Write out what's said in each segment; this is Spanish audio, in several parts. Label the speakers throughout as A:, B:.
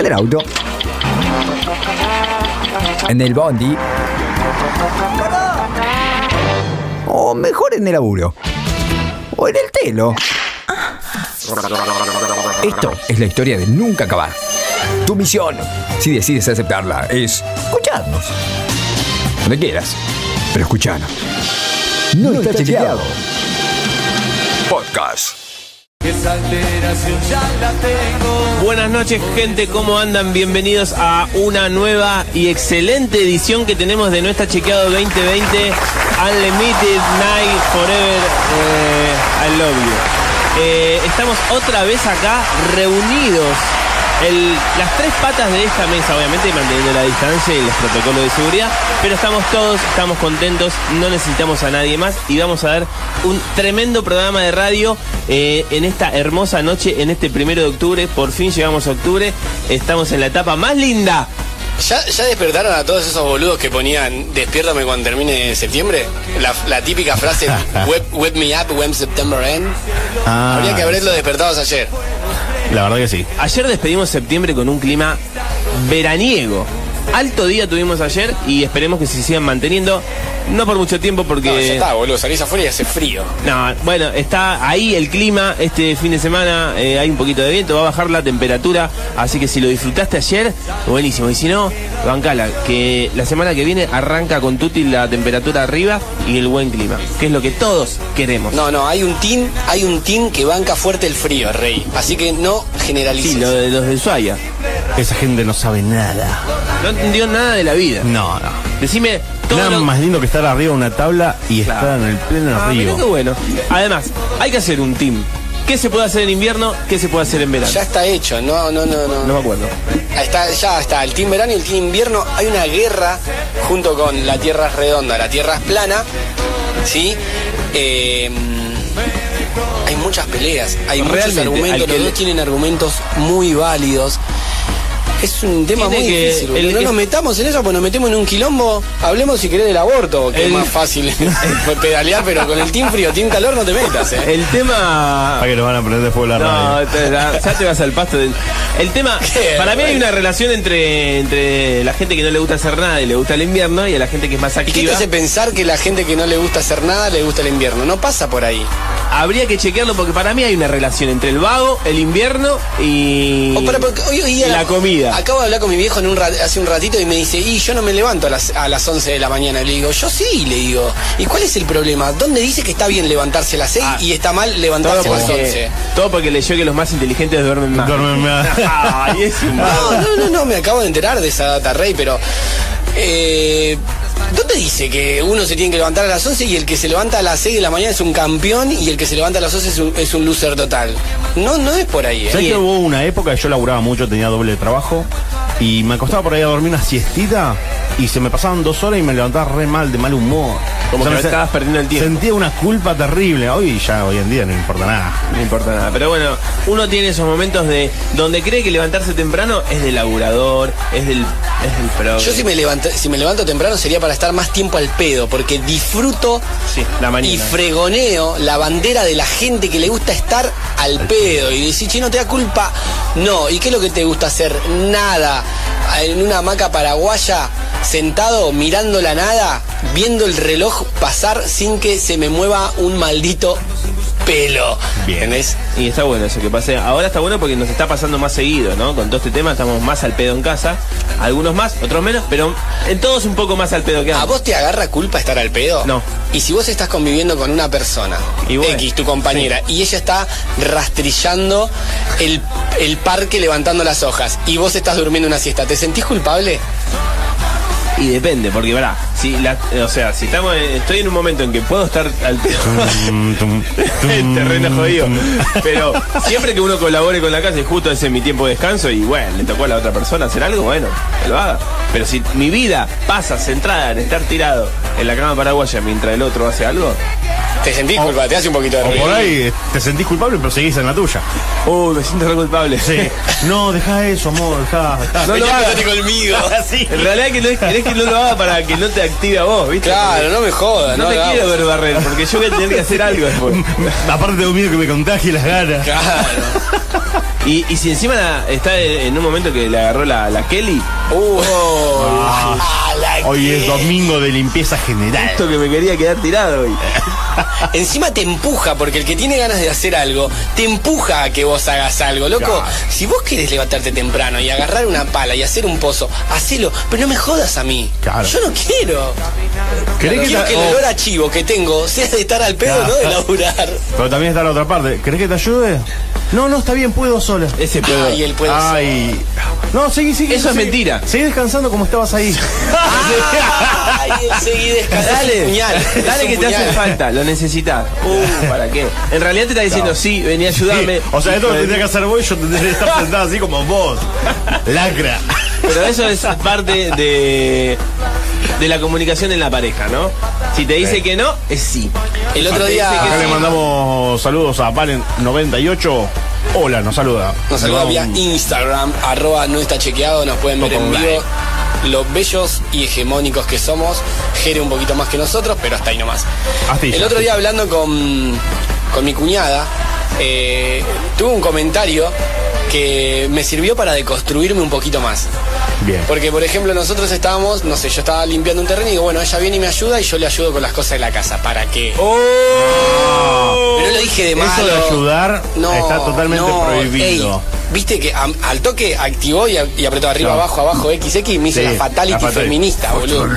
A: nell'auto, nel bondi, o mejor en el laburo, o en el telo. Esto es la historia de nunca acabar. Tu misión, si decides aceptarla, es escucharnos. Donde quieras, pero escuchanos. No, está, chequeado. Podcast.
B: Buenas noches gente, ¿cómo andan? Bienvenidos a una nueva y excelente edición que tenemos de No está chequeado 2020 Unlimited Night Forever eh, I Love You. Eh, estamos otra vez acá reunidos. el- las tres patas de esta mesa, obviamente manteniendo la distancia y los protocolos de seguridad, pero estamos todos, estamos contentos, no necesitamos a nadie más y vamos a dar un tremendo programa de radio eh, en esta hermosa noche, en este primero de octubre. Por fin llegamos a octubre, estamos en la etapa más linda.
C: ¿Ya, ya despertaron a todos esos boludos que ponían despiértame cuando termine septiembre? La, la típica frase web, web me up when September end.
D: Ah,
C: Habría que haberlo despertados ayer.
D: la verdad que sí.
B: Ayer despedimos septiembre con un clima veraniego. Alto día tuvimos ayer y esperemos que se sigan manteniendo. No por mucho tiempo porque...
C: No, ya está, boludo. Salís afuera y hace frío.
B: No, bueno, está ahí el clima, este fin de semana eh, hay un poquito de viento, va a bajar la temperatura, así que si lo disfrutaste ayer, buenísimo, y si no, bancala, que la semana que viene arranca con Tuti la temperatura arriba y el buen clima, que es lo que todos queremos.
C: No, no, hay un team, hay un team que banca fuerte el frío, rey. Así que no generalices.
B: Sí, lo de los de Ushuaia.
D: Esa gente no sabe nada.
B: No entendió nada de la vida.
D: No, no.
B: Decime todo
D: Nada
B: lo-
D: más lindo que estar arriba de una tabla y estar
B: Claro.
D: en el pleno
B: Ah, mirá qué
D: río.
B: bueno. Además, hay que hacer un team. ¿Qué se puede hacer en invierno? ¿Qué se puede hacer en verano?
C: Ya está hecho, no, no, no, no.
B: No me acuerdo.
C: Ahí Está, ya está, el team verano y el team invierno. Hay una guerra junto con la tierra es redonda, la tierra es plana. ¿Sí? Eh, hay muchas peleas, hay muchos
B: Realmente, al
C: argumentos,
B: que
C: los
B: le-
C: dos tienen argumentos muy válidos. Es un tema
B: Tiene
C: muy
B: que-
C: difícil. boludo.
B: el
C: no
B: que-
C: nos metamos en eso, pues nos metemos en un quilombo. Hablemos si querés del aborto, que
B: El-
C: es más fácil pedalear, pero con el team frío, team calor no te metas. ¿eh?
B: El tema...
D: Para que nos van a prender de fuego la
B: No,
D: radio.
B: te- ya ya te vas al pasto. del- El tema,
C: ¿Qué?
B: para mí hay una relación entre, entre la gente que no le gusta hacer nada y le gusta el invierno y a la gente que es más
C: ¿Y qué te
B: activa.
C: hace pensar que la gente que no le gusta hacer nada le gusta el invierno? No pasa por ahí.
B: Habría que chequearlo porque para mí hay una relación entre el vago, el invierno y,
C: O para- porque hoy- hoy a
B: y la comida.
C: Acabo de hablar con mi viejo en un ra- hace un ratito y me dice, y yo no me levanto a las, a las 11 de la mañana. Le digo, yo sí, le digo. ¿Y cuál es el problema? ¿Dónde dice que está bien levantarse a las 6
B: Ah,
C: y está mal
B: Todo
C: levantarse a las
B: porque,
C: 11?
B: todo porque leyó que los más inteligentes duermen más.
D: Duermen más.
B: Ay, es un
C: No,
B: vago.
C: no, no, no, me acabo de enterar de esa data, Rey, pero... eh, ¿Dónde dice que uno se tiene que levantar a las 11 y el que se levanta a las 6 de la mañana es un campeón y el que se levanta a las 11 es un, es un loser total? No, no es por ahí. ¿eh?
D: ¿Sabés que hubo una época que yo laburaba mucho, tenía doble trabajo y me acostaba por ahí a dormir una siestita y se me pasaban dos horas y me levantaba re mal, de mal humor.
B: Como que
D: me se-
B: estabas perdiendo el tiempo.
D: Sentía una culpa terrible. Hoy ya, hoy en día no importa nada.
B: No importa nada, pero bueno, uno tiene esos momentos de donde cree que levantarse temprano es del laburador, es del, es del pro.
C: Yo si me levanto, si me levanto temprano sería para estar más tiempo al pedo, porque disfruto
B: Sí, la mañana.
C: y fregoneo la bandera de la gente que le gusta estar al pedo. Y decir, che, no te da culpa. No, ¿y qué es lo que te gusta hacer? Nada. En una hamaca paraguaya, sentado, mirando la nada, viendo el reloj pasar sin que se me mueva un maldito pelo.
D: Bien.
C: ¿Entendés?
B: Y está bueno eso que pase. Ahora está bueno porque nos está pasando más seguido, ¿no? Con todo este tema estamos más al pedo en casa. Algunos más, otros menos, pero en todos un poco más al pedo que
C: ¿A
B: antes.
C: vos te agarra culpa estar al pedo?
B: No.
C: Y si vos estás conviviendo con una persona,
B: Y bueno.
C: X, tu compañera, y ella está rastrillando el, el parque levantando las hojas, y vos estás durmiendo una siesta, ¿te sentís culpable?
B: Y depende, porque verá, si la- eh, o sea, si estamos en- estoy en un momento en que puedo estar al pedo. El terreno jodido. Pero siempre que uno colabore con la casa y justo ese es mi tiempo de descanso y bueno, le tocó a la otra persona hacer algo, bueno, que lo haga. Pero si mi vida pasa centrada en estar tirado en la cama paraguaya mientras el otro hace algo,
C: ¿Te sentís culpable? Te hace un poquito de
D: O
C: ruido.
D: por ahí eh, te sentís culpable, pero seguís en la tuya.
B: uy, me siento re culpable.
D: Sí. No, deja eso, amor, deja.
B: No lo
C: Peleándote
B: hagas.
C: conmigo.
D: Sí.
B: En realidad que no es, querés que no lo haga para que no te active a vos, ¿viste?
C: Claro, no me jodas,
B: no,
C: no,
B: te
C: lo hagas.
B: quiero ver barrer, porque yo voy a tener que hacer algo después.
D: Aparte tengo miedo que me contagie las ganas.
C: Claro.
B: Y, y si encima la- está en un momento que le agarró la, la Kelly,
C: Uh,
D: Ah.
C: la que-
D: Hoy es domingo de limpieza general.
B: esto que me quería quedar tirado hoy.
C: Encima te empuja, porque el que tiene ganas de hacer algo, te empuja a que vos hagas algo, loco.
D: Claro.
C: Si vos querés levantarte temprano y agarrar una pala y hacer un pozo, hacelo, pero no me jodas a mí.
D: Claro.
C: Yo no quiero.
D: ¿Querés
C: quiero
D: te-
C: que el
D: oh,
C: olor a chivo que tengo sea de estar al pedo,
D: Claro.
C: no de laburar.
D: Pero también está la otra parte. ¿Querés que te ayude? No, no, está bien, puedo sola.
B: Ese pedo.
C: Ay, Ah, el puedo
D: Ay. No, seguí, seguí.
B: Eso es
D: seguí.
B: mentira.
D: Seguí descansando como estabas ahí.
C: Ay, enseguida descansás
B: Dale,
C: un puñal. Es
B: dale
C: un
B: que te hace
C: puñal.
B: falta, lo necesitas. Uh, ¿para qué? En realidad te está diciendo, sí, vení a ayudarme.
D: Sí, O sea, esto
B: Hijo
D: lo
B: de-
D: tendría que hacer vos y yo tendría que estar sentada así como vos. Lacra.
B: Pero eso es parte de, de la comunicación en la pareja, ¿no? Si te dice que no, es sí.
C: El otro
B: Si te
C: día-
B: dice que
D: Acá
B: sí,
D: le mandamos saludos a Valen98. Hola, nos saluda.
C: Nos saluda
D: Perdón.
C: vía Instagram, arroba no está chequeado, nos pueden ver en
D: Online.
C: vivo los bellos y hegemónicos que somos. Jere un poquito más que nosotros, pero hasta ahí nomás.
D: Hasta ahí,
C: El
D: hasta
C: otro
D: ahí.
C: día hablando con, con mi cuñada, eh, tuve un comentario que me sirvió para deconstruirme un poquito más.
D: Bien.
C: Porque, por ejemplo, nosotros estábamos, no sé, yo estaba limpiando un terreno y digo, bueno, ella viene y me ayuda y yo le ayudo con las cosas de la casa. ¿Para qué? Pero
B: Oh.
C: lo dije de malo.
D: Eso de ayudar
C: No,
D: está totalmente
C: no,
D: prohibido.
C: ey, Viste que am- al toque activó y, a- y apretó arriba,
D: Claro.
C: abajo, abajo, XX y me hizo
D: Sí,
C: la fatality
D: la fatality.
C: feminista, boludo.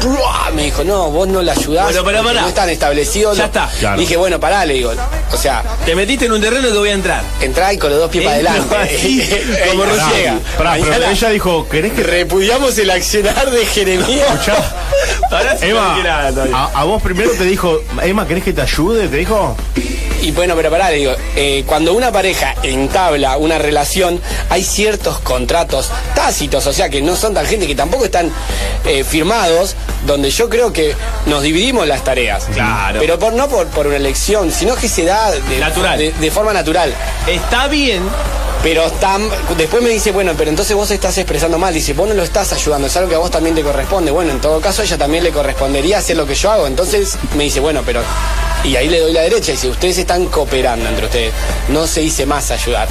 C: Pruah, Me dijo, no, vos no la ayudás.
B: Bueno, pero
C: porque
B: pará.
C: No están establecidos.
B: Ya
C: no".
B: está.
D: Claro.
C: Dije, bueno, pará, le digo. O sea,
B: Te metiste en un terreno que voy a entrar.
C: entrá y con los dos pies para
B: Entro
C: adelante.
B: así,
C: Ey,
B: como
C: pará,
B: Rusiega.
D: Pará, pero
C: Mañana
D: ella dijo, ¿querés que
C: Repudiamos el accionar de Jeremías.
B: Ahora sí no quiere
D: Emma,
B: nada todavía.
D: a, a vos primero te dijo, Emma, ¿querés que te ayude? ¿Te dijo?
C: Y bueno, pero pará, le digo, eh, cuando una pareja entabla una relación, hay ciertos contratos tácitos, o sea, que no son tan gente, que tampoco están eh, firmados, donde yo creo que nos dividimos las tareas.
B: Claro.
C: Pero por, no por, por una elección, sino que se da de,
B: Natural.
C: de- de forma natural.
B: Está bien,
C: Pero tam- después me dice, bueno, pero entonces vos estás expresando mal, dice, vos no lo estás ayudando, es algo que a vos también te corresponde. Bueno, en todo caso, a ella también le correspondería hacer lo que yo hago. Entonces me dice, bueno, pero... Y ahí le doy la derecha, y dice, ustedes están cooperando entre ustedes. No se dice más ayudar.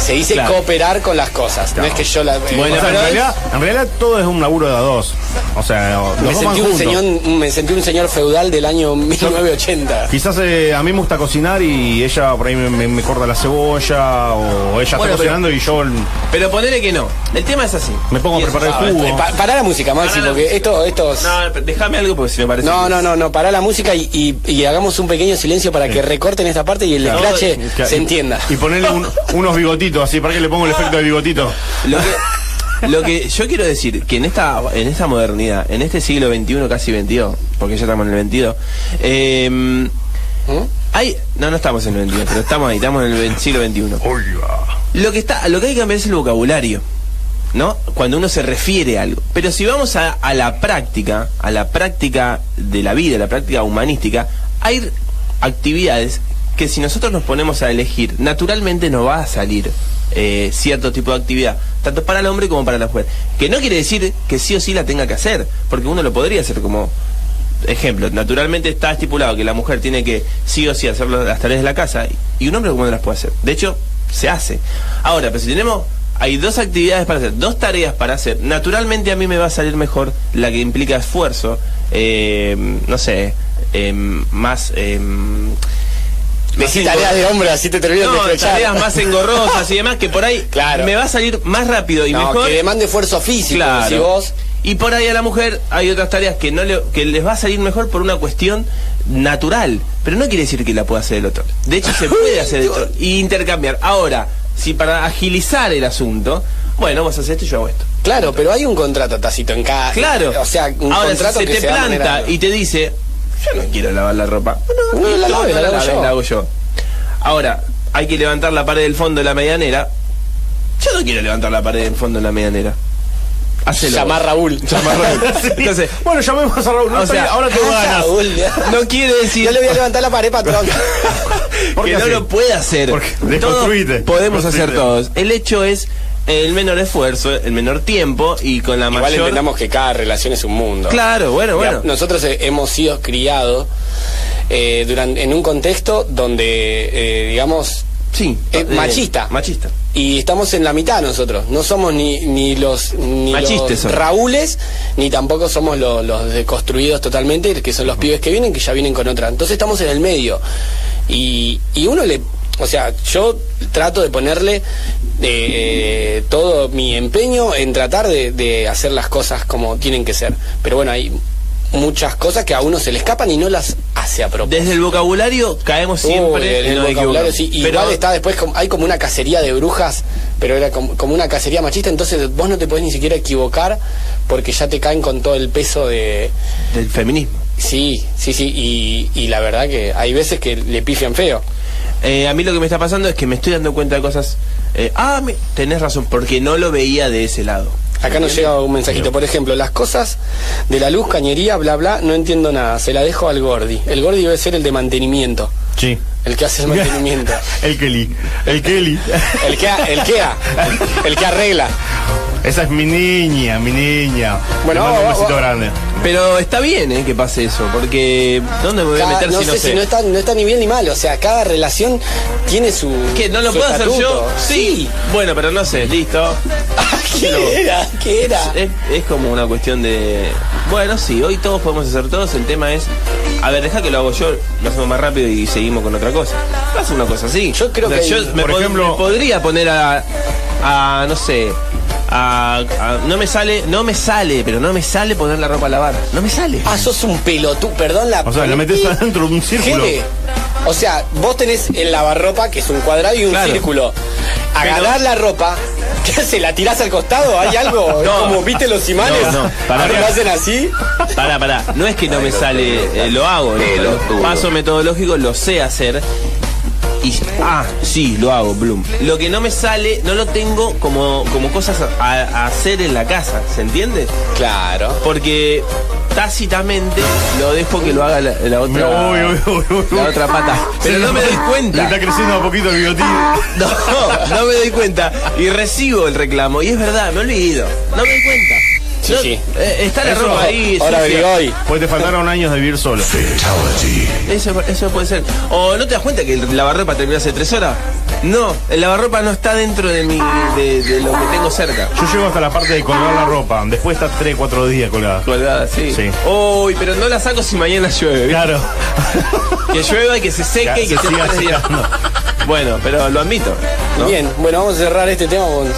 C: Se dice
B: Claro.
C: cooperar con las cosas. No es que yo la... eh,
B: Bueno,
D: O sea, en,
B: pero es-
D: realidad, en realidad todo es un laburo de a dos. O sea, los
C: me,
D: dos van
C: sentí un
D: juntos.
C: señor, me sentí un señor feudal del año 1980.
D: Quizás eh, a mí me gusta cocinar y ella por ahí me, me- me corta la cebolla o ella
B: Bueno,
D: está cocinando y yo
B: pero ponele que no. El tema es así.
D: me pongo a
B: Y eso
D: preparar
B: sabe.
D: el jugo.
C: Pa- pará la música, Maxi,
B: Pará la
C: porque
B: música.
C: esto, estos...
B: No, pero déjame algo porque si me parece.
C: No,
B: que-
C: no, no, no, pará la música y, y- y hagamos un pequeño silencio para que recorten esta parte y el
B: Claro.
C: escrache
D: Que-
C: se entienda.
D: Y ponerle un- unos bigotitos, así para que le pongo el efecto de bigotito.
B: Lo que, lo que yo quiero decir, que en esta, en esta modernidad, en este siglo XXI, casi 22, porque ya estamos en el 22, eh, hay, no, no estamos en el 22, pero estamos ahí, estamos en el ve- siglo XXI. Lo que, está, lo que hay que cambiar es el vocabulario, ¿no? Cuando uno se refiere a algo. Pero si vamos a, a la práctica, a la práctica de la vida, a la práctica humanística, hay actividades que si nosotros nos ponemos a elegir, naturalmente nos va a salir eh, cierto tipo de actividad, tanto para el hombre como para la mujer. Que no quiere decir que sí o sí la tenga que hacer, porque uno lo podría hacer como Ejemplo, naturalmente está estipulado que la mujer tiene que sí o sí hacer lo- las tareas de la casa y un hombre como no las puede hacer. De hecho, se hace. Ahora, pero si tenemos, hay dos actividades para hacer, dos tareas para hacer, naturalmente a mí me va a salir mejor la que implica esfuerzo, eh, no sé, em, más... em,
C: Me
B: más
C: tareas de hombre, así te terminan de
B: no,
C: escrachar.
B: tareas más engorrosas y demás que por ahí
C: Claro.
B: me va a salir más rápido y
C: No,
B: mejor
C: que demande esfuerzo físico,
B: Claro.
C: si vos...
B: Y por ahí a la mujer hay otras tareas que no le, que les va a salir mejor por una cuestión natural, pero no quiere decir que la pueda hacer el otro. De hecho se puede hacer el otro y intercambiar. Ahora, si para agilizar el asunto, bueno, vos haces esto y yo hago esto.
C: Claro, pero hay un contrato tácito en cada...
B: Claro.
C: O sea, un
B: Ahora, si
C: contrato
B: se
C: que
B: te
C: se da de
B: planta
C: manera-
B: y te dice, yo no quiero lavar la ropa.
C: No,
B: listo,
C: la lave, la lavo
B: laves,
C: yo.
B: la hago yo. Ahora, hay que levantar la pared del fondo de la medianera. Yo no quiero levantar la pared del fondo de la medianera. Hacelo.
C: Llamar
B: vos.
C: Raúl.
B: Llamar Raúl. Entonces,
D: Bueno, llamemos a Raúl. No,
B: O
D: está
B: sea,
D: bien, ahora te
C: Ah,
D: ganas.
C: Raúl,
B: no quiere decir
C: Yo le voy a levantar la pared, patrón.
D: ¿Por
B: que
D: qué
B: no
D: así?
B: lo puede hacer.
D: Porque
B: Todos
D: desconstruite,
B: podemos hacer
D: desconstruite.
B: todos. El hecho es el menor esfuerzo, el menor tiempo y con la
C: Igual
B: mayor...
C: entendamos que cada relación es un mundo.
B: Claro, bueno,
C: Mira,
B: bueno.
C: Nosotros eh, hemos sido criados eh, duran- en un contexto donde, eh, digamos,
D: Sí.
C: Eh,
D: eh,
C: machista.
D: Machista.
C: Y estamos en la mitad nosotros. No somos ni, ni los, ni
B: Machistes
C: los
B: son.
C: Raúles, ni tampoco somos lo- los deconstruidos totalmente, que son los pibes que vienen, que ya vienen con otra. Entonces estamos en el medio. Y, y uno le. O sea, yo trato de ponerle eh, todo mi empeño en tratar de, de hacer las cosas como tienen que ser. Pero bueno, hay muchas cosas que a uno se le escapan y no las hace a propósito.
B: Desde el vocabulario caemos
C: Uy,
B: siempre
C: en
B: y
C: el
B: nos
C: vocabulario,
B: equivocamos.
C: sí. Y
B: Pero
C: Igual está después, como- hay como una cacería de brujas, pero era como, como una cacería machista, entonces vos no te podés ni siquiera equivocar porque ya te caen con todo el peso de...
B: del feminismo.
C: Sí, sí, sí, y, y la verdad que hay veces que le pifian feo.
B: Eh, a mí lo que me está pasando es que me estoy dando cuenta de cosas. eh, ah, me- tenés razón, porque no lo veía de ese lado.
C: Acá nos llega un mensajito, por ejemplo, las cosas de la luz, cañería, bla, bla, no entiendo nada, se la dejo al Gordi. El Gordi debe ser el de mantenimiento,
D: Sí.
C: el que hace el mantenimiento,
D: El Kelly. El Kelly.
C: el que, ha- el que, ha- el que arregla.
D: Esa es mi niña, mi niña.
C: Bueno,
D: Le mando
C: va,
D: un
C: va,
D: besito
C: va.
D: grande.
B: Pero está bien eh, que pase eso, porque ¿dónde me voy a
C: Cada-
B: meter
C: no
B: si no
C: sé, si no está, no está ni bien ni mal, o sea, cada relación tiene su.
B: ¿Qué? ¿No lo
C: su
B: puedo hacer yo?
C: estatuto.
B: Sí. Bueno, pero no sé, listo.
C: Sí. ¿Qué era? ¿Qué era?
B: Es, es como una cuestión de. Bueno, sí, hoy todos podemos hacer todos. El tema es. A ver, deja que lo hago yo, lo hacemos más rápido y seguimos con otra cosa. Pasa una cosa así.
C: Yo creo que
B: Yo
C: hay-
B: me,
D: por
B: pod-
D: ejemplo-
B: me podría poner a. a, no sé. A, a- no me sale, no me sale, pero no me sale poner la ropa a lavar. No me sale.
C: Ah, sos un pelotudo, perdón la.
D: O sea, lo metes adentro de un círculo.
C: Gente, o sea, vos tenés el lavarropa, que es un cuadrado y un
B: Claro.
C: círculo. Agarrar
B: Pero-
C: la ropa, ¿qué hace? ¿La tirás al costado? ¿Hay algo?
B: No.
C: Como viste los imanes.
B: No, no, para
C: Ahora
B: acá.
C: lo hacen así.
B: Pará, pará. No es que no me sale, eh, lo hago. ¿no? Paso metodológico, lo sé hacer. Y, ah, sí, lo hago, Bloom. Lo que no me sale, no lo tengo como, como cosas a, a hacer en la casa, ¿se entiende?
C: Claro.
B: Porque tácitamente lo dejo que lo haga la, la otra,
D: Uy, uy, uy, uy, uy. Ah,
B: la otra pata. Pero
D: Sí,
B: no me doy
D: Le está
B: cuenta.
D: creciendo a poquito el bigotín.
B: No, no me doy cuenta. Y recibo el reclamo. Y es verdad, me olvido. No me doy cuenta.
C: Sí,
B: No,
C: sí.
B: eh, está la
D: Eso,
B: ropa ahí. sucia.
C: Ahora averigó hoy.
D: Pues te faltaron años de vivir solo.
B: Eso, eso puede ser. ¿O no te das cuenta que el lavarropa terminó hace tres horas? No, el lavarropa no está dentro de, mi, de, de lo que tengo cerca.
D: Yo llego hasta la parte de colgar la ropa. Después está 3, 4 días colgada.
B: Colgada, sí.
D: Sí.
B: Uy, pero no la saco si mañana llueve. ¿viste?
D: Claro.
B: Que llueva y que se seque y que
D: se
B: se
D: siga
B: días. Bueno, pero lo admito. ¿no?
C: Bien, bueno, vamos a cerrar este tema con